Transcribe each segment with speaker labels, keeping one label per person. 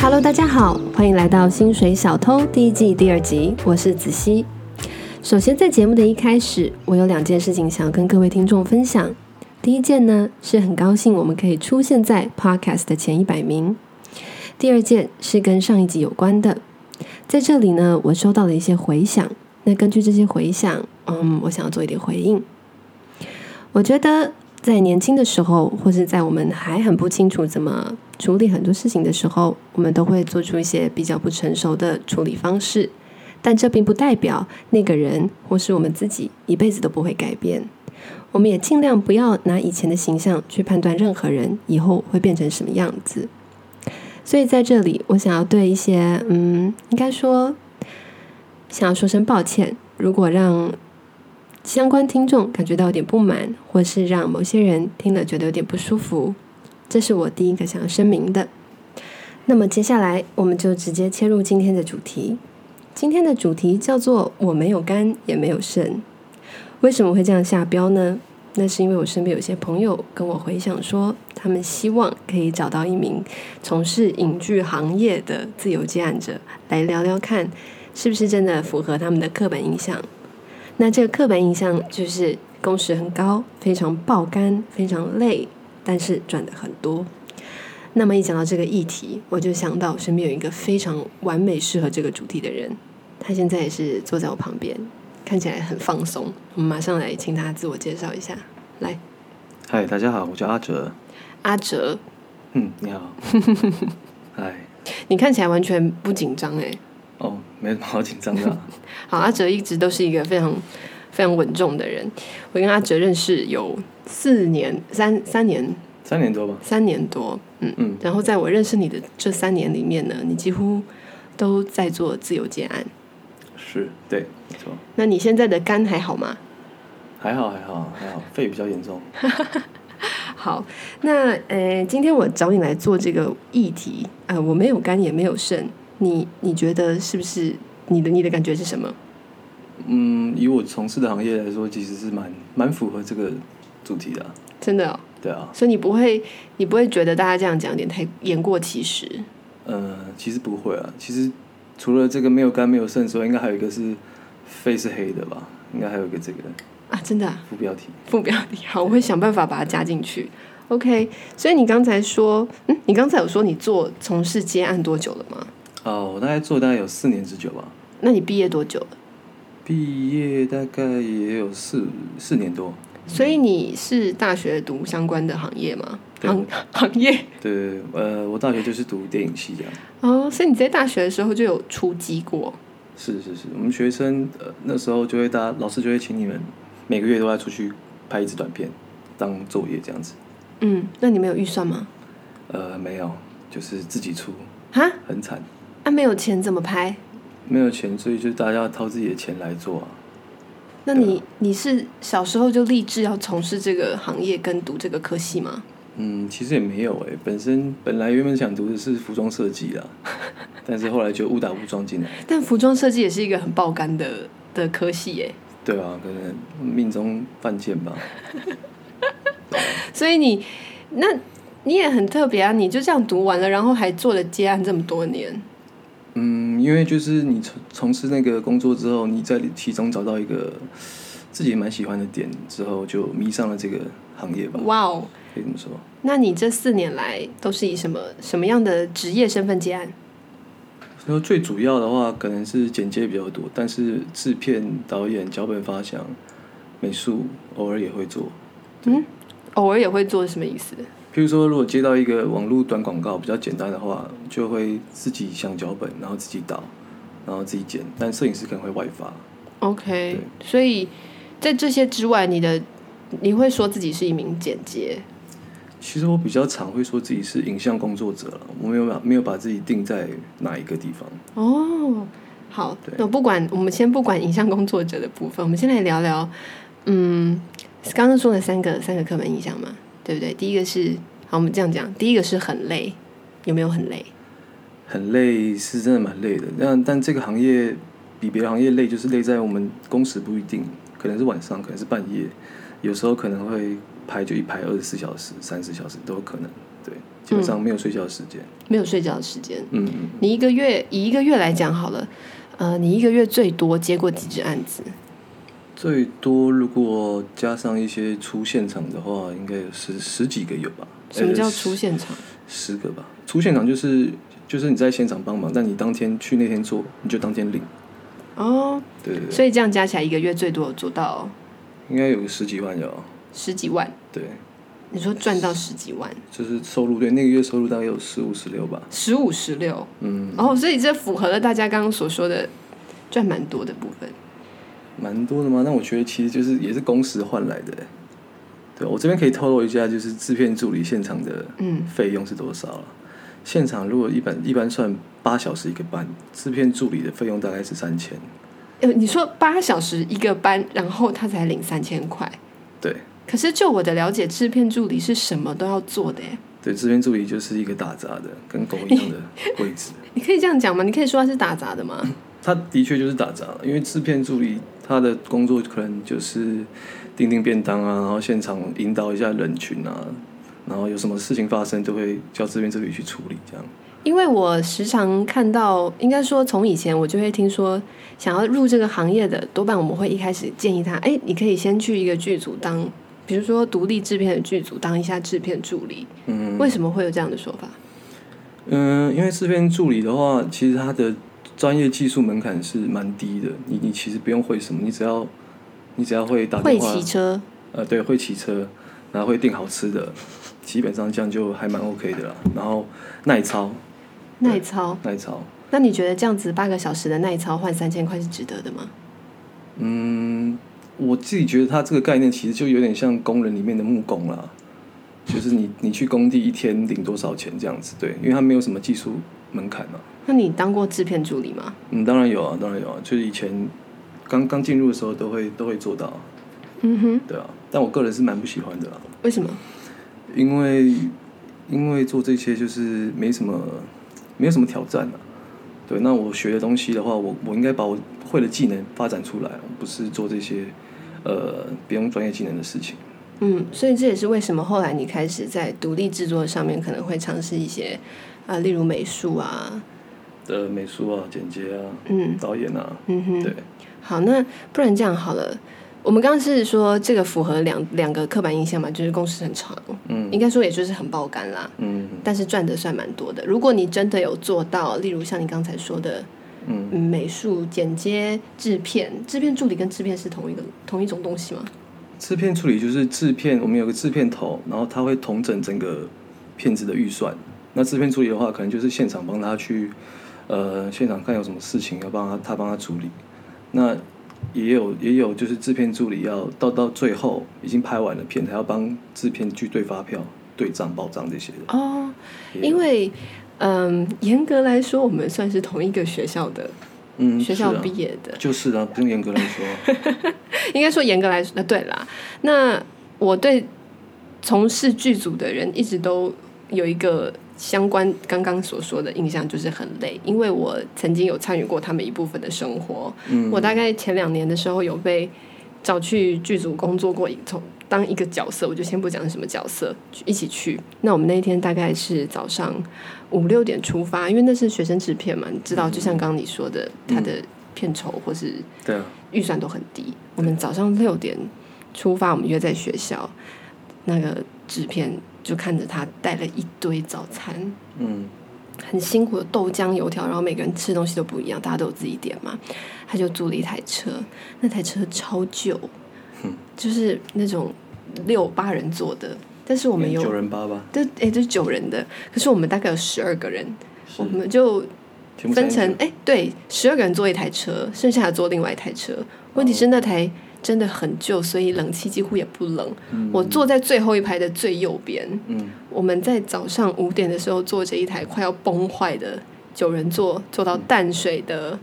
Speaker 1: Hello，大家好，欢迎来到《薪水小偷》第一季第二集，我是子熙。首先，在节目的一开始，我有两件事情想要跟各位听众分享。第一件呢，是很高兴我们可以出现在 Podcast 的前一百名。第二件是跟上一集有关的，在这里呢，我收到了一些回响。那根据这些回响，嗯，我想要做一点回应。我觉得在年轻的时候，或是在我们还很不清楚怎么处理很多事情的时候，我们都会做出一些比较不成熟的处理方式。但这并不代表那个人或是我们自己一辈子都不会改变。我们也尽量不要拿以前的形象去判断任何人以后会变成什么样子。所以在这里，我想要对一些嗯，应该说想要说声抱歉，如果让相关听众感觉到有点不满，或是让某些人听了觉得有点不舒服，这是我第一个想要声明的。那么接下来，我们就直接切入今天的主题。今天的主题叫做“我没有肝也没有肾”。为什么会这样下标呢？那是因为我身边有些朋友跟我回想说，他们希望可以找到一名从事影剧行业的自由接案者来聊聊看，是不是真的符合他们的刻板印象。那这个刻板印象就是工时很高，非常爆肝，非常累，但是赚的很多。那么一讲到这个议题，我就想到身边有一个非常完美适合这个主题的人，他现在也是坐在我旁边，看起来很放松。我们马上来请他自我介绍一下。来，
Speaker 2: 嗨，大家好，我叫阿哲。
Speaker 1: 阿哲，
Speaker 2: 嗯，你好。嗨，
Speaker 1: 你看起来完全不紧张诶。
Speaker 2: 哦，没什么好紧张的啊、
Speaker 1: 好，阿哲一直都是一个非常非常稳重的人。我跟阿哲认识有四年，三三年，
Speaker 2: 三年多吧。
Speaker 1: 三年多，嗯
Speaker 2: 嗯
Speaker 1: 然后在我认识你的这三年里面呢，你几乎都在做自由接案。
Speaker 2: 是，对，没错。
Speaker 1: 那你现在的肝还好吗？
Speaker 2: 还好，还好，还好，肺比较严重。
Speaker 1: 好，那呃，今天我找你来做这个议题，呃，我没有肝也没有肾，你你觉得是不是？你的你的感觉是什么？
Speaker 2: 嗯，以我从事的行业来说，其实是蛮蛮符合这个主题的啊、
Speaker 1: 真的、哦，
Speaker 2: 对啊，
Speaker 1: 所以你不会你不会觉得大家这样讲有点太言过其实？
Speaker 2: 呃，其实不会啊。其实除了这个没有肝没有肾之外，应该还有一个是肺是黑的吧？应该还有一个这个
Speaker 1: 啊，真的、啊，
Speaker 2: 副标题。
Speaker 1: 副标题好，我会想办法把它加进去。OK，所以你刚才说，嗯，你刚才有说你做从事接案多久了吗？
Speaker 2: 哦，我大概做大概有四年之久吧。
Speaker 1: 那你毕业多久了？
Speaker 2: 毕业大概也有四四年多。
Speaker 1: 所以你是大学读相关的行业吗？
Speaker 2: 对
Speaker 1: 行行业
Speaker 2: 对，呃，我大学就是读电影系这样。
Speaker 1: 哦，所以你在大学的时候就有出击过，
Speaker 2: 是是是，我们学生呃那时候就会大家老师就会请你们每个月都要出去拍一支短片当作业这样子。
Speaker 1: 嗯，那你们有预算吗？
Speaker 2: 呃，没有，就是自己出，
Speaker 1: 哈，
Speaker 2: 很惨，
Speaker 1: 啊，没有钱怎么拍？
Speaker 2: 没有钱，所以就大家要掏自己的钱来做啊。
Speaker 1: 那你你是小时候就立志要从事这个行业跟读这个科系吗？
Speaker 2: 嗯，其实也没有诶、本身本来原本想读的是服装设计啦， 但是后来就误打误撞进来，
Speaker 1: 但服装设计也是一个很爆肝的的科系耶，
Speaker 2: 对啊，可能命中犯贱吧。
Speaker 1: 所以你那你也很特别啊，你就这样读完了，然后还做了接案这么多年，
Speaker 2: 嗯，因为就是你从从事那个工作之后，你在其中找到一个自己蛮喜欢的点之后，就迷上了这个行业吧，
Speaker 1: 哇哦！
Speaker 2: 可以这么说。
Speaker 1: 那你这四年来都是以什么什么样的职业身份接案？
Speaker 2: 然后最主要的话，可能是剪接比较多，但是制片、导演、脚本发想、美术偶尔也会做。
Speaker 1: 偶尔也会做什么意思？
Speaker 2: 譬如说，如果接到一个网络短广告比较简单的话，就会自己想脚本，然后自己导，然后自己剪，但摄影师可能会外发。
Speaker 1: OK，所以在这些之外，你的你会说自己是一名剪接，
Speaker 2: 其实我比较常会说自己是影像工作者了，我没有把没有把自己定在哪一个地方。
Speaker 1: 哦，好，
Speaker 2: 对
Speaker 1: 那不管我们先不管影像工作者的部分，我们先来聊聊，嗯，刚刚说的三个三个刻板印象嘛，对不对？第一个是，好，我们这样讲，第一个是很累，有没有很累？
Speaker 2: 很累是真的蛮累的，但但这个行业比别的行业累，就是累在我们工时不一定，可能是晚上，可能是半夜，有时候可能会拍就一拍二十四小时、三十小时都有可能。对，基本上没有睡觉的时间。
Speaker 1: 没有睡觉的时间。
Speaker 2: 嗯嗯，
Speaker 1: 你一个月以一个月来讲好了，呃，你一个月最多接过几只案子？
Speaker 2: 最多如果加上一些出现场的话，应该有十十几个有吧？
Speaker 1: 什么叫
Speaker 2: 呃
Speaker 1: 出现场？
Speaker 2: 十个吧。出现场就是就是你在现场帮忙，但你当天去那天做，你就当天领。
Speaker 1: 哦，
Speaker 2: 对对对，
Speaker 1: 所以这样加起来一个月最多有做到
Speaker 2: 应该有个十几万有。
Speaker 1: 十几万。
Speaker 2: 对，
Speaker 1: 你说赚到十几万，
Speaker 2: 就是收入对那个月收入大概有十五十六吧。
Speaker 1: 十五十六，
Speaker 2: 嗯，
Speaker 1: 哦，所以这符合了大家刚刚所说的赚蛮多的部分。
Speaker 2: 蛮多的嘛。那我觉得其实就是也是工时换来的欸。对我这边可以透露一下，就是制片助理现场的
Speaker 1: 嗯，
Speaker 2: 费用是多少了。现场如果一般一般算八小时一个班，制片助理的费用大概是三千。
Speaker 1: 呃，你说八小时一个班，然后他才领三千块，
Speaker 2: 对
Speaker 1: 可是就我的了解，制片助理是什么都要做的耶。
Speaker 2: 对，制片助理就是一个打杂的，跟狗一样的位置。
Speaker 1: 你可以这样讲吗？你可以说他是打杂的吗？
Speaker 2: 他的确就是打杂了，因为制片助理他的工作可能就是订订便当啊，然后现场引导一下人群啊，然后有什么事情发生就会叫制片助理去处理这样。
Speaker 1: 因为我时常看到，应该说从以前我就会听说，想要入这个行业的，多半我们会一开始建议他，哎，你可以先去一个剧组当，比如说独立制片的剧组当一下制片助理。
Speaker 2: 嗯
Speaker 1: 为什么会有这样的说法？
Speaker 2: 嗯，因为制片助理的话，其实他的专业技术门槛是蛮低的，你你其实不用会什么，你只要你只要会打
Speaker 1: 会
Speaker 2: 电话
Speaker 1: 骑，车，
Speaker 2: 呃，对，会骑车，然后会订好吃的，基本上这样就还蛮 OK 的啦。然后耐操，
Speaker 1: 耐操。
Speaker 2: 耐操，
Speaker 1: 那你觉得这样子八个小时的耐操换三千块是值得的吗？
Speaker 2: 嗯，我自己觉得它这个概念其实就有点像工人里面的木工啦，就是你你去工地一天领多少钱这样子，对，因为它没有什么技术门槛嘛。
Speaker 1: 那你当过制片助理吗？
Speaker 2: 嗯，当然有啊，当然有啊，就是以前刚刚进入的时候都会都会做到啊，
Speaker 1: 嗯哼，
Speaker 2: 对啊，但我个人是蛮不喜欢的啦，
Speaker 1: 为什么？
Speaker 2: 因为因为做这些就是没什么没有什么挑战啊。对，那我学的东西的话，我我应该把我会的技能发展出来，不是做这些呃别用专业技能的事情。
Speaker 1: 嗯，所以这也是为什么后来你开始在独立制作上面可能会尝试一些，啊、例如美术啊，
Speaker 2: 的美术啊、剪接啊、
Speaker 1: 嗯
Speaker 2: 导演啊，
Speaker 1: 嗯哼，
Speaker 2: 对，
Speaker 1: 好，那不然这样好了，我们刚刚是说这个符合两两个刻板印象嘛，就是工时很长，
Speaker 2: 嗯
Speaker 1: 应该说也就是很爆肝啦，
Speaker 2: 嗯
Speaker 1: 但是赚的算蛮多的。如果你真的有做到，例如像你刚才说的，
Speaker 2: 嗯，
Speaker 1: 嗯，美术、剪接、制片，制片助理跟制片是同一个同一种东西吗？
Speaker 2: 制片处理就是制片，我们有个制片头，然后他会统整整个片子的预算。那制片处理的话，可能就是现场帮他去，呃，现场看有什么事情要帮他，他帮他处理。那也有也有就是制片助理要到到最后已经拍完了片，还要帮制片去对发票、对账、报账这些的。
Speaker 1: 哦，
Speaker 2: 也有
Speaker 1: 因为嗯，严格来说，我们算是同一个学校的、
Speaker 2: 嗯，
Speaker 1: 学校
Speaker 2: 是啊
Speaker 1: 毕业的，
Speaker 2: 就是啊，不用严格来说啊，
Speaker 1: 应该说严格来说，呃，对啦。那我对从事剧组的人一直都有一个相关刚刚所说的印象，就是很累，因为我曾经有参与过他们一部分的生活。
Speaker 2: 嗯
Speaker 1: 我大概前两年的时候有被找去剧组工作过一，从当一个角色，我就先不讲是什么角色，一起去。那我们那一天大概是早上五六点出发，因为那是学生制片嘛，你知道，就像刚刚你说的，他的片酬或是
Speaker 2: 对啊，
Speaker 1: 预算都很低。我们早上六点出发，我们约在学校，那个制片就看着他带了一堆早餐，
Speaker 2: 嗯
Speaker 1: 很辛苦的豆浆、油条，然后每个人吃的东西都不一样，大家都有自己点嘛。他就租了一台车，那台车超旧，就是那种六八人坐的，但是我们有
Speaker 2: 九人八吧，
Speaker 1: 对，哎，就是九人的，可是我们大概有十二个人，
Speaker 2: 是
Speaker 1: 我们就
Speaker 2: 全部
Speaker 1: 分
Speaker 2: 参
Speaker 1: 成
Speaker 2: 与
Speaker 1: 哎、对，十二个人坐一台车，剩下的坐另外一台车。问题是那台真的很旧，所以冷气几乎也不冷。我坐在最后一排的最右边。
Speaker 2: 嗯
Speaker 1: 我们在早上五点的时候坐着一台快要崩坏的九人座，坐到淡水的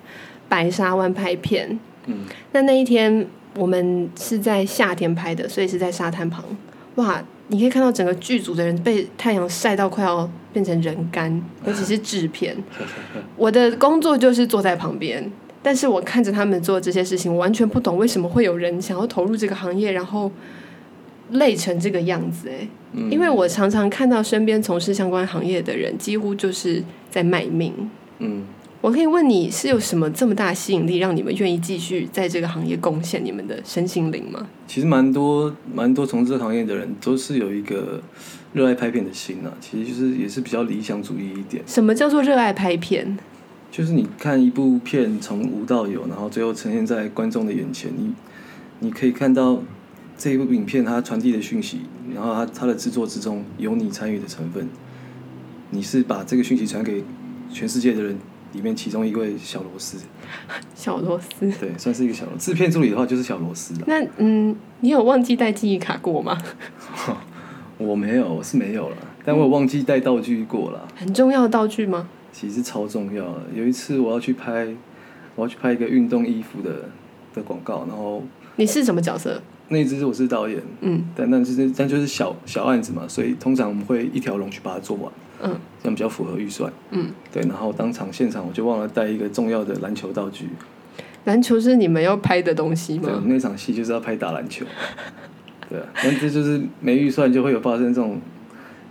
Speaker 1: 白沙湾拍片。
Speaker 2: 嗯，
Speaker 1: 那那一天我们是在夏天拍的，所以是在沙滩旁。哇，你可以看到整个剧组的人被太阳晒到快要变成人干，尤其是制片。我的工作就是坐在旁边，但是我看着他们做这些事情，我完全不懂为什么会有人想要投入这个行业，然后累成这个样子哎、
Speaker 2: 嗯
Speaker 1: 因为我常常看到身边从事相关行业的人，几乎就是在卖命。
Speaker 2: 嗯，
Speaker 1: 我可以问你是有什么这么大吸引力，让你们愿意继续在这个行业贡献你们的身心灵吗？
Speaker 2: 其实蛮多蛮多从事这行业的人都是有一个热爱拍片的心啊，其实就是也是比较理想主义一点，
Speaker 1: 什么叫做热爱拍片？
Speaker 2: 就是你看一部片从无到有，然后最后呈现在观众的眼前，你你可以看到这一部影片它传递的讯息，然后它它的制作之中有你参与的成分，你是把这个讯息传给全世界的人里面其中一位小螺丝，
Speaker 1: 小螺丝。
Speaker 2: 对，算是一个小螺丝。制片助理的话就是小螺丝了，
Speaker 1: 那嗯，你有忘记带记忆卡过吗？
Speaker 2: 我没有，我是没有了，但我有忘记带道具过了。
Speaker 1: 很重要的道具吗？
Speaker 2: 其实超重要的。有一次我要去拍，我要去拍一个运动衣服的的广告，然后
Speaker 1: 你是什么角色？
Speaker 2: 那一支我是导演，
Speaker 1: 嗯
Speaker 2: 但但是但就是小小案子嘛，所以通常我们会一条龙去把它做完，
Speaker 1: 嗯
Speaker 2: 这样比较符合预算。
Speaker 1: 嗯，
Speaker 2: 对，然后当场现场我就忘了带一个重要的篮球道具，
Speaker 1: 篮球是你们要拍的东西
Speaker 2: 对，我
Speaker 1: 吗
Speaker 2: 们？那场戏就是要拍打篮球， 对啊，但这就是没预算就会有发生这种，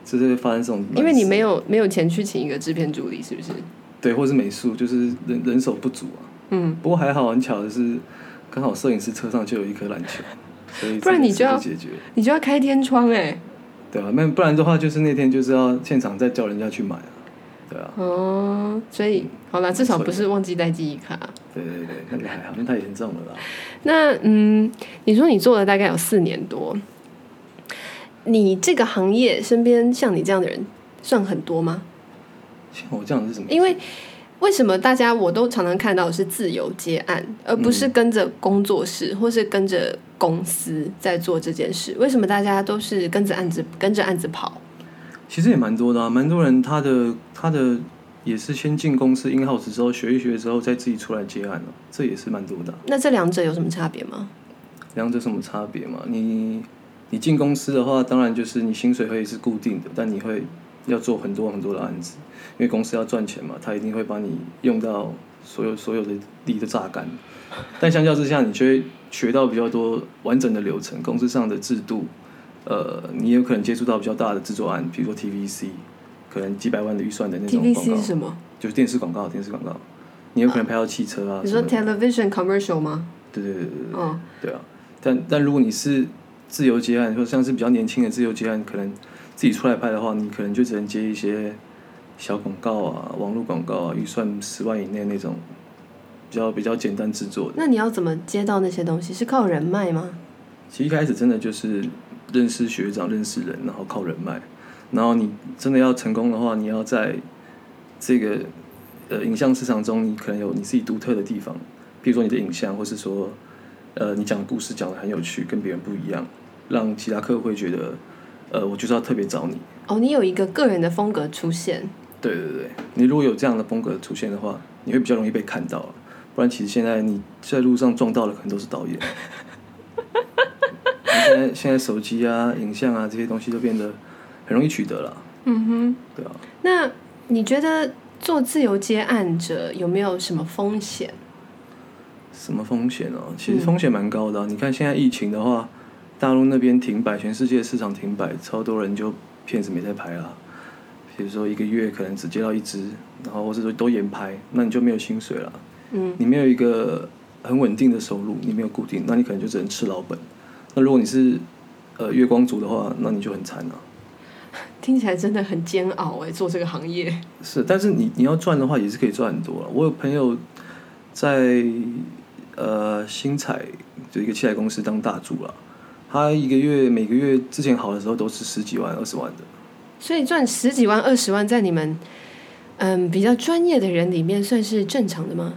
Speaker 2: 就是会发生这种烂事，
Speaker 1: 因为你没有没有钱去请一个制片助理，是不是？
Speaker 2: 对，或是美术就是人人手不足啊，
Speaker 1: 嗯，
Speaker 2: 不过还好，很巧的是，刚好摄影师车上就有一颗篮 球，所以
Speaker 1: 不然
Speaker 2: 这个
Speaker 1: 你就要
Speaker 2: 事解决，
Speaker 1: 你就要开天窗哎、
Speaker 2: 对啊，那不然的话，就是那天就是要现场再叫人家去买啊，对啊，
Speaker 1: 哦，所以好啦，至少不是忘记带记忆卡。
Speaker 2: 对对对，那个还好，那太严重了啦。
Speaker 1: 那嗯，你说你做了大概有四年多，你这个行业身边像你这样的人算很多吗？
Speaker 2: 像我这样是什么？
Speaker 1: 因为为什么大家我都常常看到的是自由接案，而不
Speaker 2: 嗯
Speaker 1: 是跟着工作室或是跟着公司在做这件事？为什么大家都是跟着案子跟着案子跑？
Speaker 2: 其实也蛮多的啊，蛮多人他的他的也是先进公司 in house 之后学一学之后，再自己出来接案了、这也是蛮多的啊、
Speaker 1: 那这两者有什么差别吗？
Speaker 2: 两者有什么差别嘛？你你进公司的话，当然就是你薪水会是固定的，但你会要做很多很多的案子，因为公司要赚钱嘛，他一定会把你用到所有所有的力都榨干。但相较之下，你就会学到比较多完整的流程，公司上的制度，呃，你有可能接触到比较大的制作案，比如说 TVC，可能几百万的预算的那种广
Speaker 1: TVC
Speaker 2: 告
Speaker 1: 是，什么？
Speaker 2: 就是电视广告，电视广告，你有可能拍到汽车啊，
Speaker 1: 你
Speaker 2: 什么
Speaker 1: 说
Speaker 2: 的，
Speaker 1: television commercial 吗？
Speaker 2: 对对对对对。
Speaker 1: 哦，
Speaker 2: 对啊，但但如果你是自由接案，或者像是比较年轻的自由接案，可能自己出来拍的话，你可能就只能接一些小广告啊、网络广告啊，预算十万以内那种比较比较简单制作的。
Speaker 1: 那你要怎么接到那些东西？是靠人脉吗？
Speaker 2: 其实一开始真的就是认识学长、认识人，然后靠人脉。然后你真的要成功的话，你要在这个呃影像市场中，你可能有你自己独特的地方，比如说你的影像，或是说呃你讲的故事讲的很有趣，跟别人不一样，让其他客户会觉得呃我就是要特别找你。
Speaker 1: 哦，你有一个个人的风格出现，
Speaker 2: 对对对，你如果有这样的风格出现的话，你会比较容易被看到啊不然其实现在你在路上撞到的可能都是导演。现在现在手机啊、影像啊这些东西都变得很容易取得了，
Speaker 1: 嗯哼。
Speaker 2: 对啊。
Speaker 1: 那你觉得做自由接案者有没有什么风险？
Speaker 2: 什么风险哦？其实风险蛮高的啊、你看现在疫情的话，大陆那边停摆，全世界市场停摆，超多人就片子没在拍啦。比如说一个月可能只接到一支，然后或者说都延拍，那你就没有薪水了。
Speaker 1: 嗯，
Speaker 2: 你没有一个很稳定的收入，你没有固定，那你可能就只能吃老本。那如果你是呃月光族的话，那你就很惨啊了、
Speaker 1: 听起来真的很煎熬哎，做这个行业。
Speaker 2: 是，但是你你要赚的话，也是可以赚很多了。啊我有朋友在呃新彩就一个器材公司当大助啦，他一个月每个月之前好的时候都是十几万、二十万的。
Speaker 1: 所以赚十几万、二十万，在你们嗯比较专业的人里面算是正常的吗？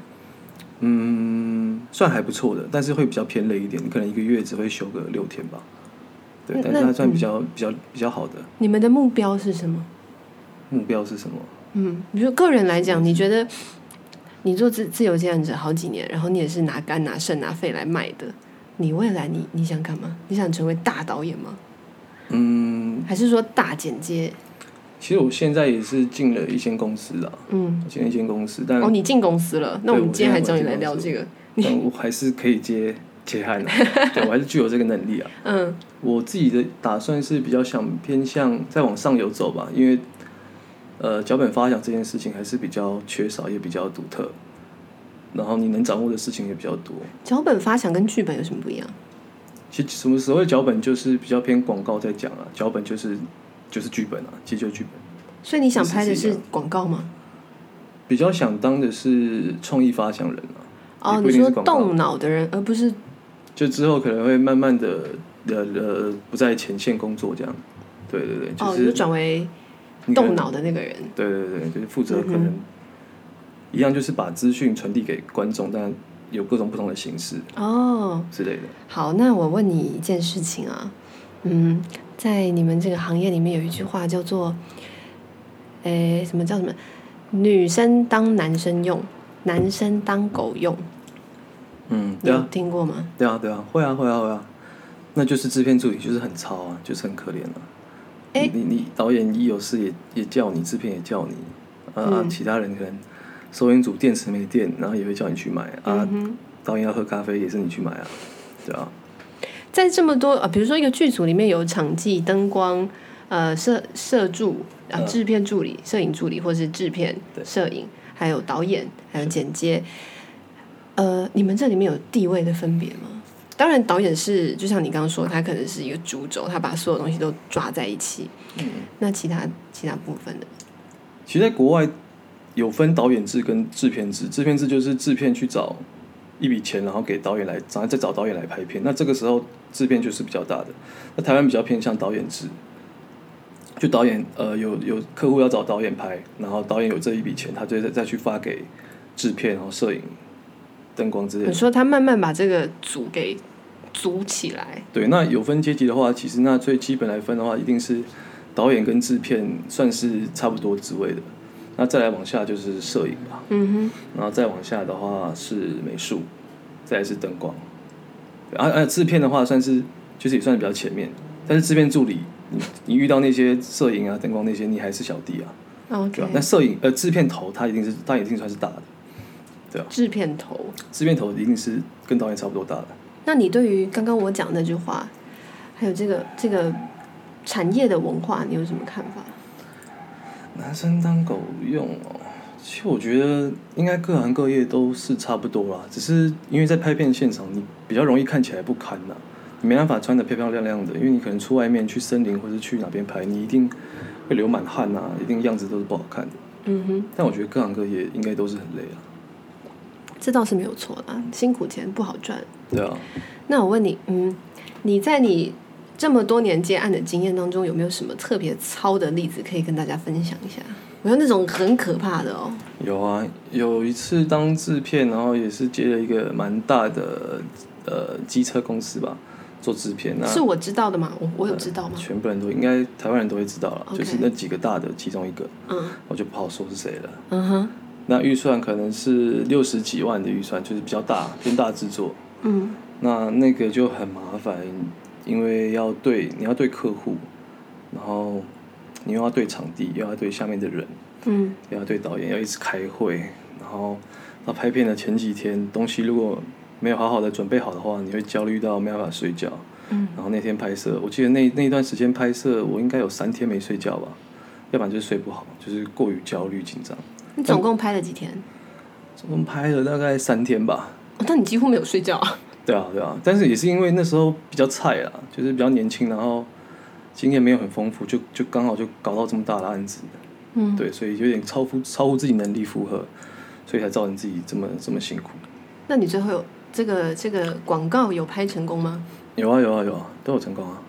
Speaker 2: 嗯，算还不错的，但是会比较偏累一点。你可能一个月只会休个六天吧，对，
Speaker 1: 那
Speaker 2: 但是他算
Speaker 1: 那
Speaker 2: 比较比较比较好的。
Speaker 1: 你们的目标是什么？
Speaker 2: 目标是什么？
Speaker 1: 嗯，比如个人来讲，你觉得你做自自由接案者好几年，然后你也是拿肝、拿肾、拿肺来卖的，你未来你你想干嘛？你想成为大导演吗？
Speaker 2: 嗯，
Speaker 1: 还是说大剪接？
Speaker 2: 其实我现在也是进了一间公司啦，
Speaker 1: 嗯，哦
Speaker 2: 进了一间公司，但、
Speaker 1: 哦，你进公司了，那我
Speaker 2: 嗯对
Speaker 1: 们
Speaker 2: 我
Speaker 1: 今天还
Speaker 2: 现在
Speaker 1: 找你
Speaker 2: 进
Speaker 1: 来
Speaker 2: 公
Speaker 1: 聊
Speaker 2: 司
Speaker 1: 这个。
Speaker 2: 但我还是可以接接案、啊，对我还是具有这个能力啊。
Speaker 1: 嗯
Speaker 2: 我自己的打算是比较想偏向再往上游走吧，因为呃脚本发想这件事情还是比较缺少，也比较独特，然后你能掌握的事情也比较多。
Speaker 1: 脚本发想跟剧本有什么不一样？
Speaker 2: 其实什么所谓脚本就是比较偏广告在讲啊，脚本就是就是剧本啊，其实就是剧本。
Speaker 1: 所以你想拍的
Speaker 2: 意思是一
Speaker 1: 是
Speaker 2: 样
Speaker 1: 广告吗？
Speaker 2: 比较想当的是创意发想人啊，
Speaker 1: 哦，
Speaker 2: 也不
Speaker 1: 你
Speaker 2: 一定
Speaker 1: 说
Speaker 2: 是广告
Speaker 1: 动脑的人，而不是
Speaker 2: 就之后可能会慢慢的呃呃不在前线工作这样。对对对，
Speaker 1: 哦，
Speaker 2: 是
Speaker 1: 你就转为
Speaker 2: 你可
Speaker 1: 动
Speaker 2: 能
Speaker 1: 脑的那个人。
Speaker 2: 对对对，就是负责
Speaker 1: 嗯哼
Speaker 2: 可能一样，就是把资讯传递给观众，但有各种不同的形式
Speaker 1: 哦，
Speaker 2: 之类的。
Speaker 1: 好，那我问你一件事情啊，嗯，在你们这个行业里面有一句话叫做，诶，什么叫什么？女生当男生用，男生当狗用，
Speaker 2: 嗯，
Speaker 1: 你
Speaker 2: 对
Speaker 1: 有
Speaker 2: 啊，
Speaker 1: 听过吗？
Speaker 2: 对啊，对啊，会啊，会啊，会啊。那就是制片助理就是很糙啊，就是很可怜啊。
Speaker 1: 哎
Speaker 2: 你你你导演一有事也也叫你，制片也叫你，啊，啊
Speaker 1: 嗯
Speaker 2: 其他人可能收音组电池没电，然后也会叫你去买啊。
Speaker 1: 嗯哼，
Speaker 2: 导演要喝咖啡也是你去买啊，对啊。
Speaker 1: 在这么多呃，比如说一个剧组里面有场记、灯光、呃摄摄助、啊
Speaker 2: 嗯
Speaker 1: 制片助理、摄影助理，或是制片、
Speaker 2: 对
Speaker 1: 摄影，还有导演，还有剪接。呃，你们这里面有地位的分别吗？当然，导演是就像你刚刚说，他可能是一个主轴，他把所有东西都抓在一起。
Speaker 2: 嗯
Speaker 1: 那其他其他部分的，
Speaker 2: 其实，在国外有分导演制跟制片制，制片制就是制片去找一笔钱，然后给导演来，然后再找导演来拍片。那这个时候制片就是比较大的，那台湾比较偏向导演制，就导演呃有有客户要找导演拍，然后导演有这一笔钱，他就再再去发给制片，然后摄影、灯光之类
Speaker 1: 你
Speaker 2: 的。
Speaker 1: 说他慢慢把这个组给组起来，
Speaker 2: 对，那有分阶级的话，其实那最基本来分的话，一定是导演跟制片算是差不多职位的。那再来往下就是摄影吧。
Speaker 1: 嗯
Speaker 2: 然后再往下的话是美术，再来是灯光，对而而制片的话算是就是也算是比较前面，但是制片助理，你你遇到那些摄影啊、灯光那些，你还是小弟啊，
Speaker 1: 哼
Speaker 2: 对吧
Speaker 1: ，OK，？
Speaker 2: 那摄影呃制片头他一定是他一定算是大的，
Speaker 1: 制片头，
Speaker 2: 制片头一定是跟导演差不多大的。
Speaker 1: 那你对于刚刚我讲那句话，还有这个这个产业的文化，你有什么看法？
Speaker 2: 男生当狗用哦，其实我觉得应该各行各业都是差不多啦，只是因为在拍片现场，你比较容易看起来不堪呐、你没办法穿的漂漂亮亮的，因为你可能出外面去森林或者去哪边拍，你一定会流满汗呐、啊一定样子都是不好看的。
Speaker 1: 嗯哼，
Speaker 2: 但我觉得各行各业应该都是很累啊，
Speaker 1: 这倒是没有错啦，辛苦钱不好赚。
Speaker 2: 对啊，
Speaker 1: 那我问你，嗯，你在你这么多年接案的经验当中，有没有什么特别糙的例子可以跟大家分享一下？我有那种很可怕的哦，
Speaker 2: 有啊，有一次当制片，然后也是接了一个蛮大的呃机车公司吧做制片，啊那
Speaker 1: 是我知道的吗？我我有知道吗？
Speaker 2: 全部人都应该台湾人都会知道了
Speaker 1: OK
Speaker 2: 就是那几个大的其中一个，
Speaker 1: 嗯
Speaker 2: 我就不好说是谁了。
Speaker 1: 嗯哼，
Speaker 2: 那预算可能是六十几万的预算，就是比较大，偏大制作。
Speaker 1: 嗯
Speaker 2: 那那个就很麻烦，因为要对你要对客户，然后你又要对场地，又要对下面的人，
Speaker 1: 嗯
Speaker 2: 又要对导演，要一直开会，然后到拍片的前几天，东西如果没有好好的准备好的话，你会焦虑到没办法睡觉。
Speaker 1: 嗯，
Speaker 2: 然后那天拍摄，我记得那那一段时间拍摄，我应该有三天没睡觉吧，要不然就是睡不好，就是过于焦虑紧张。
Speaker 1: 你总共拍了几天？
Speaker 2: 总共拍了大概三天吧，
Speaker 1: 哦，那你几乎没有睡觉啊？
Speaker 2: 对啊对啊，但是也是因为那时候比较菜啦，就是比较年轻，然后经验没有很丰富，就就刚好就搞到这么大的案子，
Speaker 1: 嗯，
Speaker 2: 对，所以有点超乎超乎自己能力负荷，所以才造成自己这么这么辛苦。
Speaker 1: 那你最后有这个这个广告有拍成功吗？
Speaker 2: 有啊有啊有啊，都有成功啊。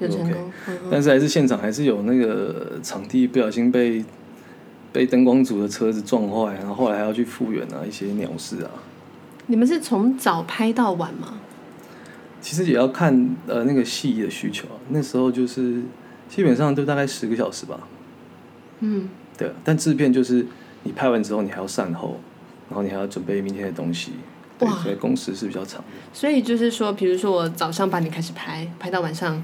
Speaker 1: 有成
Speaker 2: OK
Speaker 1: 功，嗯哼
Speaker 2: 但是还是现场还是有那个场地不小心被被灯光组的车子撞坏，然后后来还要去复原啊一些鸟事啊。
Speaker 1: 你们是从早拍到晚吗？
Speaker 2: 其实也要看呃那个戏的需求啊。那时候就是基本上都大概十个小时吧，
Speaker 1: 嗯，
Speaker 2: 对啊。但制片就是你拍完之后你还要善后，然后你还要准备明天的东西，对，
Speaker 1: 哇
Speaker 2: 所以工时是比较长的。
Speaker 1: 所以就是说，比如说我早上八点开始拍，拍到晚上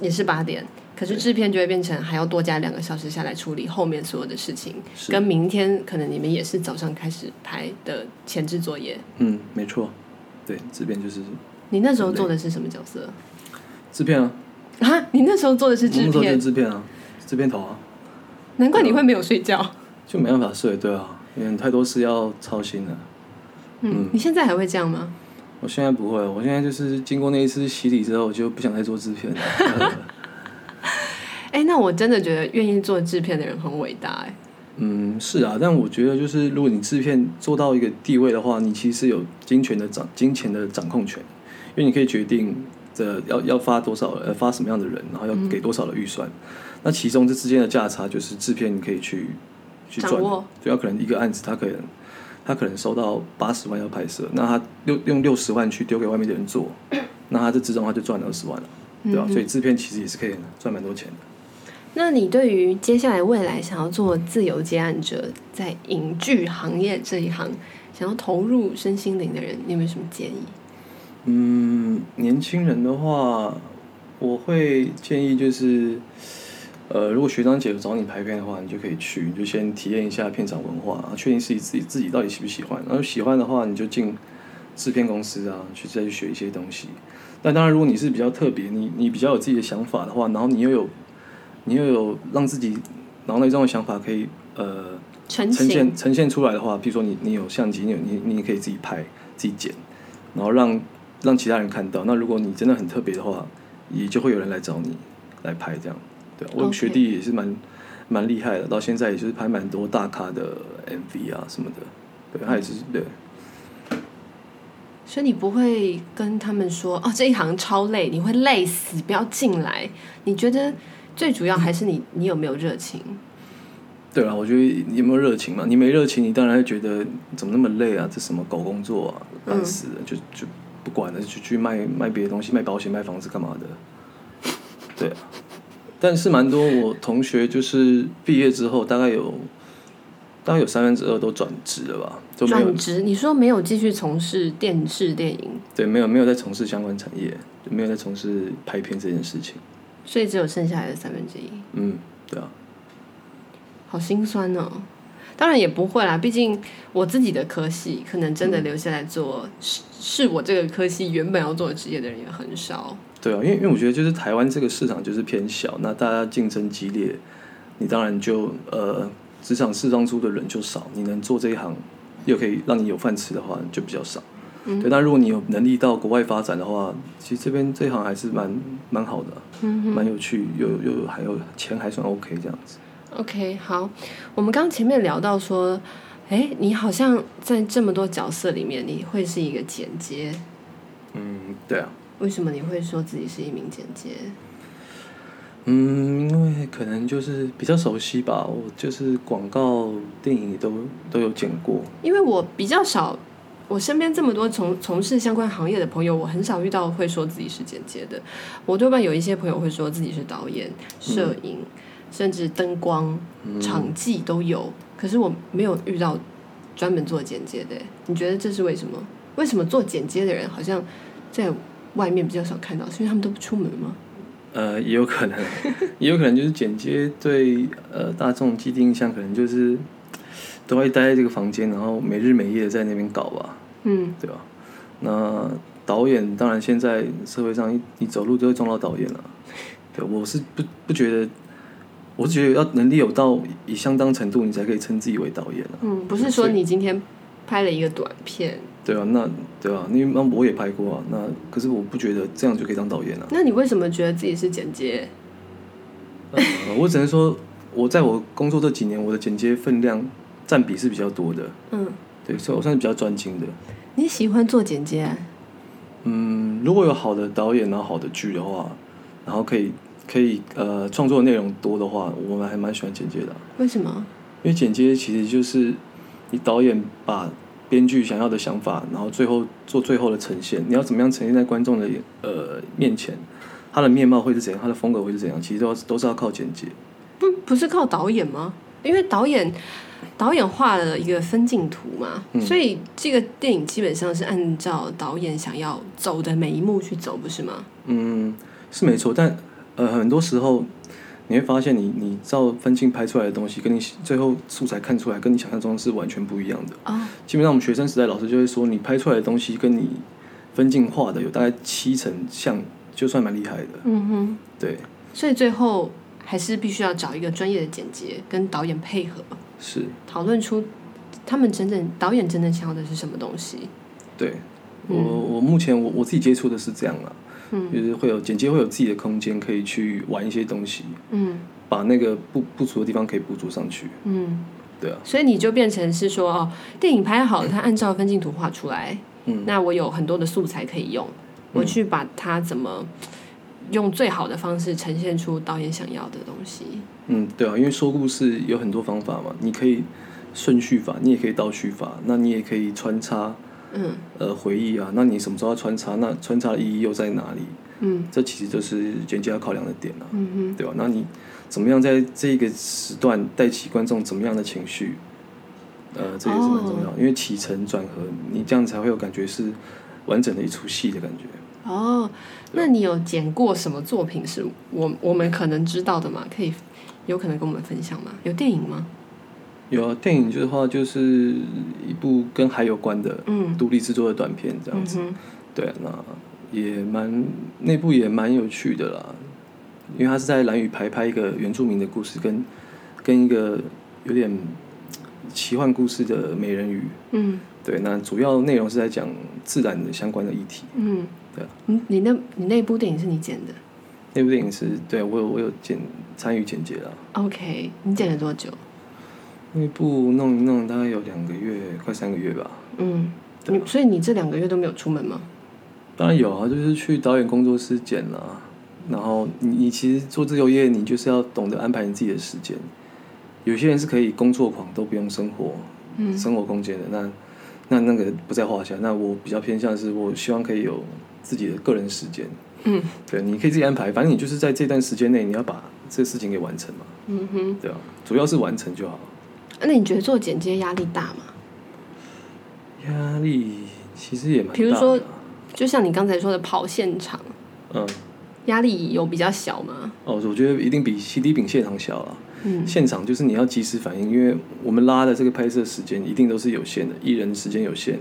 Speaker 1: 也是八点，可是制片就会变成还要多加两个小时下来处理后面所有的事情，
Speaker 2: 是
Speaker 1: 跟明天可能你们也是早上开始拍的前置作业。
Speaker 2: 嗯，没错，对，制片就是
Speaker 1: 你那时候做的是什么角色
Speaker 2: 制片啊，
Speaker 1: 啊？你那时候做的
Speaker 2: 我
Speaker 1: 是制
Speaker 2: 那时候就是
Speaker 1: 片，
Speaker 2: 制片啊，制片头啊，
Speaker 1: 难怪你会没有睡觉。
Speaker 2: 就没办法睡，对啊，因为太多事要操心了。
Speaker 1: 嗯，你现在还会这样吗？
Speaker 2: 我现在不会，我现在就是经过那一次洗礼之后，我就不想再做制片了。呃
Speaker 1: 哎、那我真的觉得愿意做制片的人很伟大哎、
Speaker 2: 嗯，是啊，但我觉得就是如果你制片做到一个地位的话，你其实是有金钱的掌金钱的掌控权，因为你可以决定这要要发多少呃发什么样的人，然后
Speaker 1: 嗯
Speaker 2: 要给多少的预算。那其中这之间的价差就是制片你可以去去
Speaker 1: 掌
Speaker 2: 赚
Speaker 1: 握
Speaker 2: 的，对，他可能一个案子他可能他可能收到八十万要拍摄，那他六用六十万去丢给外面的人做，那他这之中他就赚二十万了，
Speaker 1: 嗯
Speaker 2: 对吧、所以制片其实也是可以赚蛮多钱的。
Speaker 1: 那你对于接下来未来想要做自由接案者，在影剧行业这一行想要投入身心灵的人，你有没有什么建议？
Speaker 2: 嗯，年轻人的话，我会建议就是，呃，如果学长姐找你拍片的话，你就可以去，你就先体验一下片场文化，然后确定自己自己自己到底喜不喜欢。然后喜欢的话，你就进制片公司啊，去再去学一些东西。但当然，如果你是比较特别，你你比较有自己的想法的话，然后你又有你又有让自己脑内中的想法可以呃
Speaker 1: 成
Speaker 2: 呈
Speaker 1: 型
Speaker 2: 现呈现出来的话，比如说你你有相机，你有你你可以自己拍自己剪，然后让让其他人看到。那如果你真的很特别的话，也就会有人来找你来拍这样。对啊，我有个
Speaker 1: OK
Speaker 2: 学弟也是蛮蛮厉害的，到现在也就是拍蛮多大咖的 MV 啊什么的。对，他也是对，
Speaker 1: 所以你不会跟他们说哦，这一行超累，你会累死，不要进来。你觉得最主要还是你，你有没有热情？
Speaker 2: 对啊，我觉得你有没有热情嘛？你没热情，你当然会觉得怎么那么累啊？这什么狗工作啊，
Speaker 1: 嗯
Speaker 2: 烂死了，就就不管了，就去卖卖别的东西，卖保险、卖房子干嘛的？ 对啊，但是蛮多我同学就是毕业之后，大概有大概有三分之二都转职了吧，就没有
Speaker 1: 转职？你说没有继续从事电视电影，
Speaker 2: 对没有没有在从事相关产业，就没有在从事拍片这件事情。
Speaker 1: 所以只有剩下来的三分之一，
Speaker 2: 嗯，对啊，
Speaker 1: 好心酸哦。当然也不会啦，毕竟我自己的科系可能真的留下来做，是是我这个科系原本要做的职业的人也很少。
Speaker 2: 对啊，因为因为我觉得就是台湾这个市场就是偏小，那大家竞争激烈，你当然就呃职场释放出的人就少，你能做这一行又可以让你有饭吃的话就比较少。对，但如果你有能力到国外发展的话，其实这边这一行还是蛮蛮好的啊、蛮有趣，又又又还有钱还算 OK 这样子。
Speaker 1: OK，好，我们刚前面聊到说，哎，你好像在这么多角色里面，你会是一个剪接，
Speaker 2: 嗯，对啊，
Speaker 1: 为什么你会说自己是一名剪接？
Speaker 2: 嗯，因为可能就是比较熟悉吧，我就是广告、电影都都有剪过。
Speaker 1: 因为我比较少，我身边这么多从从事相关行业的朋友，我很少遇到会说自己是剪接的。我多半有一些朋友会说自己是导演、摄影，甚至灯光、场记都有。可是我没有遇到专门做剪接的。你觉得这是为什么？为什么做剪接的人好像在外面比较少看到？是因为他们都不出门吗？
Speaker 2: 呃，也有可能，也有可能就是剪接对呃大众既定印象，可能就是都会待在这个房间，然后没日没夜地在那边搞吧，
Speaker 1: 嗯，
Speaker 2: 对吧？那导演当然现在社会上一你走路都会撞到导演了、对，我是不不觉得，我是觉得要能力有到以相当程度，你才可以称自己为导演啊，
Speaker 1: 嗯，不是说你今天拍了一个短片，
Speaker 2: 对啊，那对啊，因为那我也拍过啊，那可是我不觉得这样就可以当导演啊。
Speaker 1: 那你为什么觉得自己是剪接？
Speaker 2: 呃，我只能说，我在我工作这几年，我的剪接分量占比是比较多的，
Speaker 1: 嗯，
Speaker 2: 对，所以我算是比较专精的。
Speaker 1: 你喜欢做剪接、啊？
Speaker 2: 嗯，如果有好的导演，然后好的剧的话，然后可以可以呃创作的内容多的话，我们还蛮喜欢剪接的啊、
Speaker 1: 为什么？
Speaker 2: 因为剪接其实就是你导演把编剧想要的想法，然后最后做最后的呈现，你要怎么样呈现在观众的眼呃面前，他的面貌会是怎样，他的风格会是怎样，其实都要都是要靠剪接。
Speaker 1: 不不是靠导演吗？因为导演导演画了一个分镜图嘛，所以这个电影基本上是按照导演想要走的每一幕去走，不是吗？
Speaker 2: 嗯，是没错，但呃，很多时候你会发现你，你照分镜拍出来的东西，跟你最后素材看出来，跟你想象中是完全不一样的。
Speaker 1: 啊、
Speaker 2: 基本上我们学生时代老师就会说，你拍出来的东西跟你分镜画的有大概七成像，就算蛮厉害的。
Speaker 1: 嗯哼，
Speaker 2: 对，
Speaker 1: 所以最后还是必须要找一个专业的剪接跟导演配合，
Speaker 2: 是，
Speaker 1: 讨论出他们真正导演真正想要的是什么东西。
Speaker 2: 对我
Speaker 1: 嗯
Speaker 2: 我目前我我自己接触的是这样啦，
Speaker 1: 嗯
Speaker 2: 就是会有剪接会有自己的空间可以去玩一些东西，
Speaker 1: 嗯
Speaker 2: 把那个不不足的地方可以补足上去。
Speaker 1: 嗯，
Speaker 2: 对啊，
Speaker 1: 所以你就变成是说哦，电影拍好了，它按照分镜图画出来，
Speaker 2: 嗯，
Speaker 1: 那我有很多的素材可以用，我去把它怎么用最好的方式呈现出导演想要的东西。
Speaker 2: 嗯，对啊，因为说故事有很多方法嘛，你可以顺序法，你也可以倒叙法，那你也可以穿插
Speaker 1: 嗯
Speaker 2: 呃回忆啊，那你什么时候要穿插？那穿插的意义又在哪里？
Speaker 1: 嗯
Speaker 2: 这其实就是剪接要考量的点啊，
Speaker 1: 嗯哼。
Speaker 2: 对吧、那你怎么样在这个时段带起观众怎么样的情绪？呃，这也是蛮重要的，因为起承转合，你这样才会有感觉是完整的一出戏的感觉。
Speaker 1: 哦，那你有剪过什么作品是我我们可能知道的吗？可以有可能跟我们分享吗？有电影吗？
Speaker 2: 有啊，电影的话就是一部跟海有关的
Speaker 1: 嗯，
Speaker 2: 独立制作的短片这样
Speaker 1: 嗯
Speaker 2: 子，
Speaker 1: 哼，
Speaker 2: 对啊，那也蛮那部也蛮有趣的啦，因为他是在蓝屿拍拍一个原住民的故事跟跟一个有点嗯奇幻故事的美人鱼，
Speaker 1: 嗯
Speaker 2: 对，那主要内容是在讲自然的相关的议题。
Speaker 1: 嗯，
Speaker 2: 对啊
Speaker 1: 你你那你那部电影是你剪的
Speaker 2: 那部电影是对我有我有剪参与剪辑啦，
Speaker 1: ？OK，你剪了多久？
Speaker 2: 那部弄一弄大概有两个月，快三个月吧。
Speaker 1: 嗯，
Speaker 2: 对
Speaker 1: 你所以你这两个月都没有出门吗？
Speaker 2: 当然有啊，就是去导演工作室剪啦。然后你你其实做自由业，你就是要懂得安排你自己的时间。有些人是可以工作狂都不用生活，
Speaker 1: 嗯
Speaker 2: 生活空间的那那那个不在话下。那我比较偏向是我希望可以有自己的个人时间，
Speaker 1: 嗯
Speaker 2: 对，你可以自己安排，反正你就是在这段时间内你要把这事情给完成嘛，
Speaker 1: 嗯哼，
Speaker 2: 对啊，主要是完成就好。
Speaker 1: 啊那你觉得做剪接压力大吗？
Speaker 2: 压力其实也蛮大的啊，
Speaker 1: 比如说就像你刚才说的跑现场，
Speaker 2: 嗯，
Speaker 1: 压力有比较小吗？
Speaker 2: 哦，我觉得一定比 CD 饼现场小啊了。
Speaker 1: 嗯
Speaker 2: 现场就是你要及时反应，因为我们拉的这个拍摄时间一定都是有限的，艺人时间有限，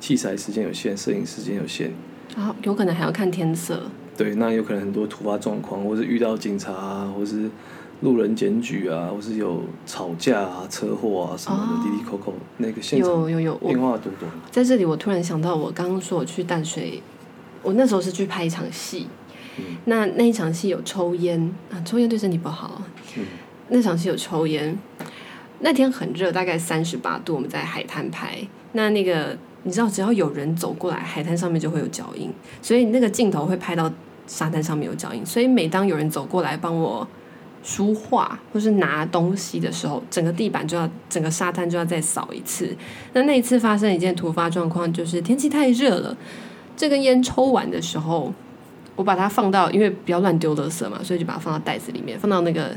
Speaker 2: 器材时间有限，摄影时间有限。
Speaker 1: 然后啊有可能还要看天色。
Speaker 2: 对，那有可能很多突发状况，或是遇到警察啊，或是路人检举啊，或是有吵架啊、车祸啊什么
Speaker 1: 哦
Speaker 2: 的，滴滴扣扣。那个现场
Speaker 1: 有有有，我
Speaker 2: 变化多多。
Speaker 1: 在这里，我突然想到，我刚刚说我去淡水，我那时候是去拍一场戏，
Speaker 2: 嗯
Speaker 1: 那那一场戏有抽烟啊，抽烟对身体不好。
Speaker 2: 嗯
Speaker 1: 那场戏有抽烟，那天很热，大概三十八度，我们在海滩拍。那那个你知道，只要有人走过来，海滩上面就会有脚印，所以那个镜头会拍到沙滩上面有脚印。所以每当有人走过来帮我梳化或是拿东西的时候，整个地板就要，整个沙滩就要再扫一次。那那一次发生一件突发状况，就是天气太热了，这根烟抽完的时候，我把它放到，因为不要乱丢垃圾嘛，所以就把它放到袋子里面，放到那个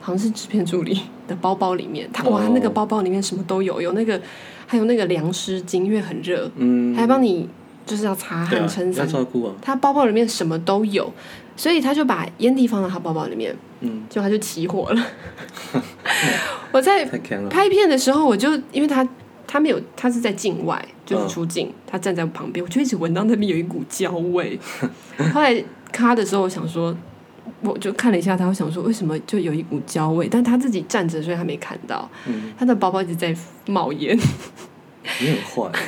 Speaker 1: 好像是制片助理的包包里面。 他哇，
Speaker 2: 哦
Speaker 1: 那个包包里面什么都有，有那个还有那个凉湿巾，因为很热，
Speaker 2: 嗯，
Speaker 1: 还帮你就是要擦
Speaker 2: 对
Speaker 1: 汗、
Speaker 2: 啊
Speaker 1: 撑，
Speaker 2: 要
Speaker 1: 伞。
Speaker 2: 照顾啊。
Speaker 1: 他包包里面什么都有，所以他就把烟蒂放到他包包里面，
Speaker 2: 嗯，
Speaker 1: 就他就起火了。 我在
Speaker 2: 太强了。
Speaker 1: 拍片的时候，我就因为他他没有，他是在境外，就是出
Speaker 2: 嗯
Speaker 1: 境，他站在我旁边，我就一直闻到那边有一股焦 味。后来咔的时候，我想说，我就看了一下他，我想说为什么就有一股焦味，但他自己站着，所以他没看到，
Speaker 2: 嗯，
Speaker 1: 他的包包一直在冒烟。
Speaker 2: 你很坏。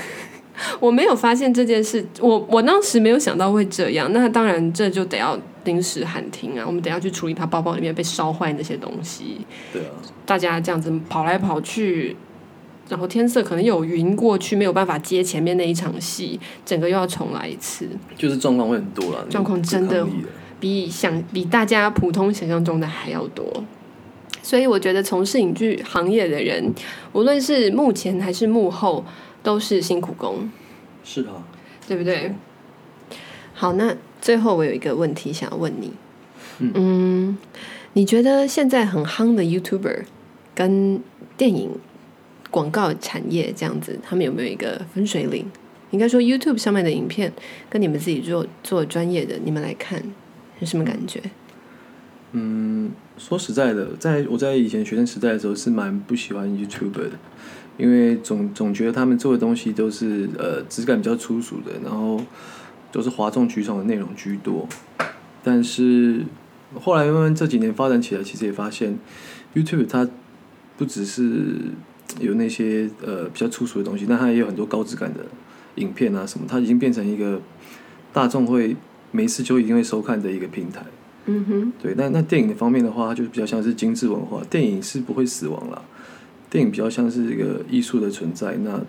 Speaker 1: 我没有发现这件事，我我当时没有想到会这样。那当然，这就得要临时喊停啊，我们得要去处理他包包里面被烧坏那些东西。
Speaker 2: 对啊，
Speaker 1: 大家这样子跑来跑去，然后天色可能有云过去，没有办法接前面那一场戏，整个又要重来一次，
Speaker 2: 就是状况会很多啦。
Speaker 1: 状况真的
Speaker 2: 不可抗力的。
Speaker 1: 比想比大家普通想象中的还要多。所以我觉得从事影剧行业的人，无论是幕前还是幕后，都是辛苦工。
Speaker 2: 是啊。
Speaker 1: 对不对？好，那最后我有一个问题想要问你，嗯你觉得现在很夯的 YouTuber 跟电影广告产业这样子，他们有没有一个分水岭？应该说 YouTube 上面的影片跟你们自己做做专业的，你们来看有什么感觉？
Speaker 2: 嗯，说实在的，在我在以前学生时代的时候是蛮不喜欢 YouTuber 的，因为总总觉得他们做的东西都是呃质感比较粗俗的，然后都是哗众取宠的内容居多。但是后来慢慢这几年发展起来，其实也发现 YouTube 它不只是有那些呃比较粗俗的东西，但它也有很多高质感的影片啊什么，它已经变成一个大众会没事就一定会收看的一个平台。
Speaker 1: 嗯哼，
Speaker 2: 对，那那电影的方面的话，它就比较像是精致文化，电影是不会死亡啦，电影比较像是一个艺术的存在，那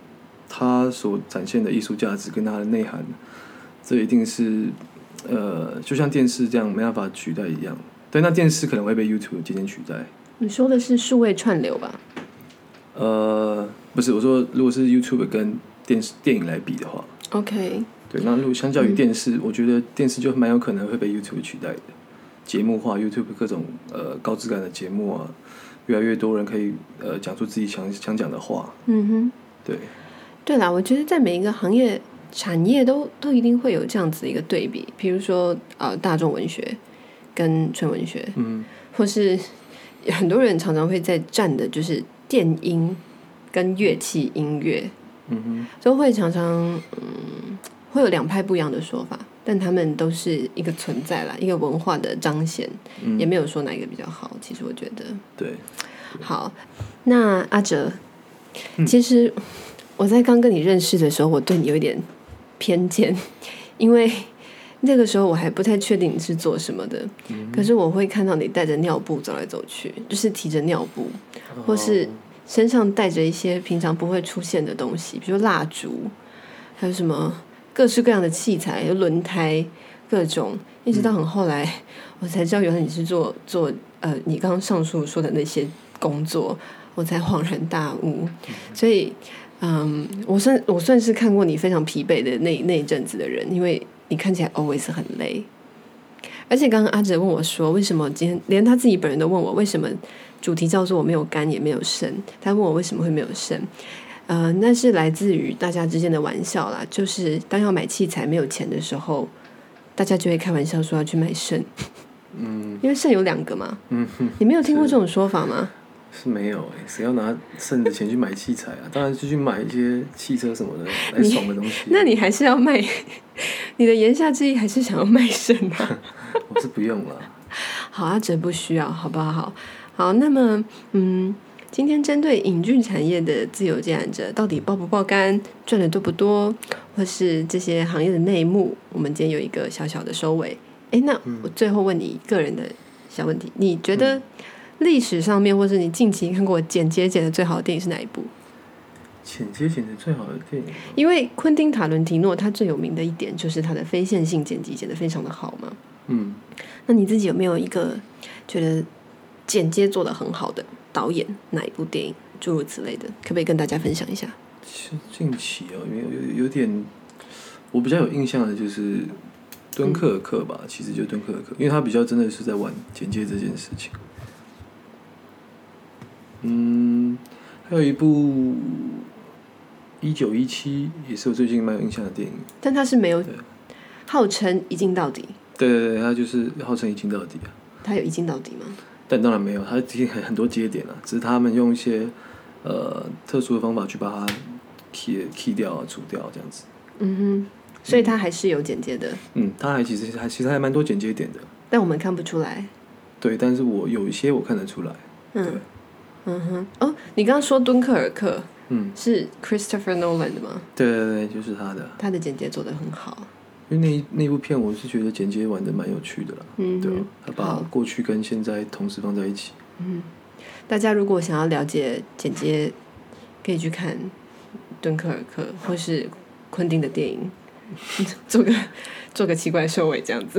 Speaker 2: 它所展现的艺术价值跟它的内涵，这一定是呃，就像电视这样没办法取代一样。对，那电视可能会被 YouTube 今天取代。
Speaker 1: 你说的是数位串流吧？
Speaker 2: 呃，不是，我说如果是 YouTube 跟电视电影来比的话，
Speaker 1: OK，
Speaker 2: 对，那如果相较
Speaker 1: 嗯
Speaker 2: 于电视，我觉得电视就蛮有可能会被 YouTube 取代的。节目化，YouTube 各种呃高质感的节目啊，越来越多人可以呃讲出自己想想讲的话。
Speaker 1: 嗯哼，
Speaker 2: 对，
Speaker 1: 对啦，我觉得在每一个行业、产业都都一定会有这样子一个对比，比如说呃大众文学跟纯文学，
Speaker 2: 嗯，
Speaker 1: 或是很多人常常会在站的就是电音跟乐器音乐，
Speaker 2: 嗯哼，
Speaker 1: 都会常常嗯会有两派不一样的说法，但他们都是一个存在啦，一个文化的彰显，
Speaker 2: 嗯
Speaker 1: 也没有说哪一个比较好。其实我觉得，
Speaker 2: 对，
Speaker 1: 好，那阿哲，
Speaker 2: 嗯
Speaker 1: 其实我在刚跟你认识的时候，我对你有一点偏见， 因为那个时候我还不太确定你是做什么的，
Speaker 2: 嗯
Speaker 1: 可是我会看到你带着尿布走来走去，就是提着尿布，或是身上带着一些平常不会出现的东西，比如蜡烛，还有什么各式各样的器材，有轮胎，各种，嗯一直到很后来，我才知道原来你是做做呃你刚刚上述说的那些工作，我才恍然大悟。所以，嗯，我算我算是看过你非常疲惫的那那一阵子的人，因为你看起来 always 很累。而且刚刚阿哲问我说，为什么今天连他自己本人都问我为什么主题叫做我没有肝也没有肾，他问我为什么会没有肾。呃，那是来自于大家之间的玩笑啦，就是当要买器材没有钱的时候，大家就会开玩笑说要去买肾，
Speaker 2: 嗯
Speaker 1: 因为肾有两个嘛。
Speaker 2: 嗯哼，
Speaker 1: 你没有听过这种说法吗？
Speaker 2: 是没有哎、谁要拿剩的钱去买器材啊？当然是去买一些汽车什么的来爽的东西啊、
Speaker 1: 那你还是要卖， 你的言下之意还是想要卖肾啊？
Speaker 2: 我是不用了。
Speaker 1: 好，阿哲不需要，好不好？好，那么，嗯，今天针对影剧产业的自由接案者，到底爆不爆肝，赚的多不多，或是这些行业的内幕，我们今天有一个小小的收尾。诶，那我最后问你个人的小问题，你觉得历史上面，或是你近期看过剪接剪的最好的电影是哪一部？
Speaker 2: 剪接剪的最好的电影，
Speaker 1: 因为昆汀·塔伦提诺他最有名的一点就是他的非线性剪辑剪得非常的好嘛。
Speaker 2: 嗯，
Speaker 1: 那你自己有没有一个觉得剪接做得很好的导演哪一部电影，诸如此类的，可不可以跟大家分享一下？
Speaker 2: 近近期哦，因为有有有点，我比较有印象的就是《敦刻尔克》吧，其实就《敦刻尔克》，因为他比较真的是在玩简介这件事情。嗯，还有一部一九一七，也是我最近蛮有印象的电影。
Speaker 1: 但他是没有
Speaker 2: 对啊
Speaker 1: 号称一镜到底，
Speaker 2: 对对对，他就是号称一镜到底啊，
Speaker 1: 他有一镜到底吗？
Speaker 2: 但当然没有，他其实很很多节点啊，只是他们用一些呃特殊的方法去把它 key key 掉啊、除掉啊这样子。
Speaker 1: 嗯哼，所以他还是有剪接的，
Speaker 2: 嗯，他还其实还其实还蛮多剪接点的，
Speaker 1: 但我们看不出来。
Speaker 2: 对，但是我有一些我看得出来，对
Speaker 1: 嗯，嗯哼，哦，你刚刚说《敦刻尔克》
Speaker 2: 嗯，
Speaker 1: 是 Christopher Nolan 的吗？
Speaker 2: 对对对，就是他的，
Speaker 1: 他的剪接做得很好。
Speaker 2: 因为那一那部片我是觉得剪接玩的蛮有趣的啦，
Speaker 1: 嗯哼
Speaker 2: 对啊，他把
Speaker 1: 好
Speaker 2: 过去跟现在同时放在 一起，
Speaker 1: 大家如果想要了解剪接，可以去看《敦刻尔克》或是昆汀的电影，做个做个奇怪收尾这样子。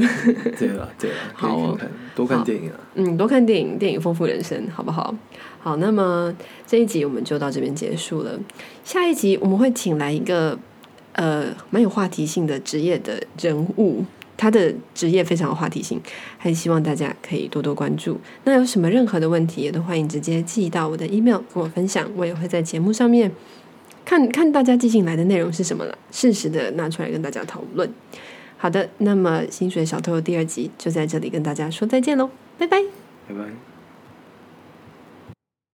Speaker 2: 对啦对啦，可以
Speaker 1: 好哦
Speaker 2: 看看，多看电影啊，
Speaker 1: 嗯，多看电影，电影丰富人生，好不好？好，那么这一集我们就到这边结束了。下一集我们会请来一个呃蛮有话题性的职业的人物，他的职业非常有话题性，还希望大家可以多多关注。那有什么任何的问题，也都欢迎直接寄到我的 email 跟我分享，我也会在节目上面看看大家寄进来的内容是什么了，适时的拿出来跟大家讨论。好的，那么《薪水小偷》的第二集就在这里跟大家说再见喽，拜拜。
Speaker 2: 拜拜。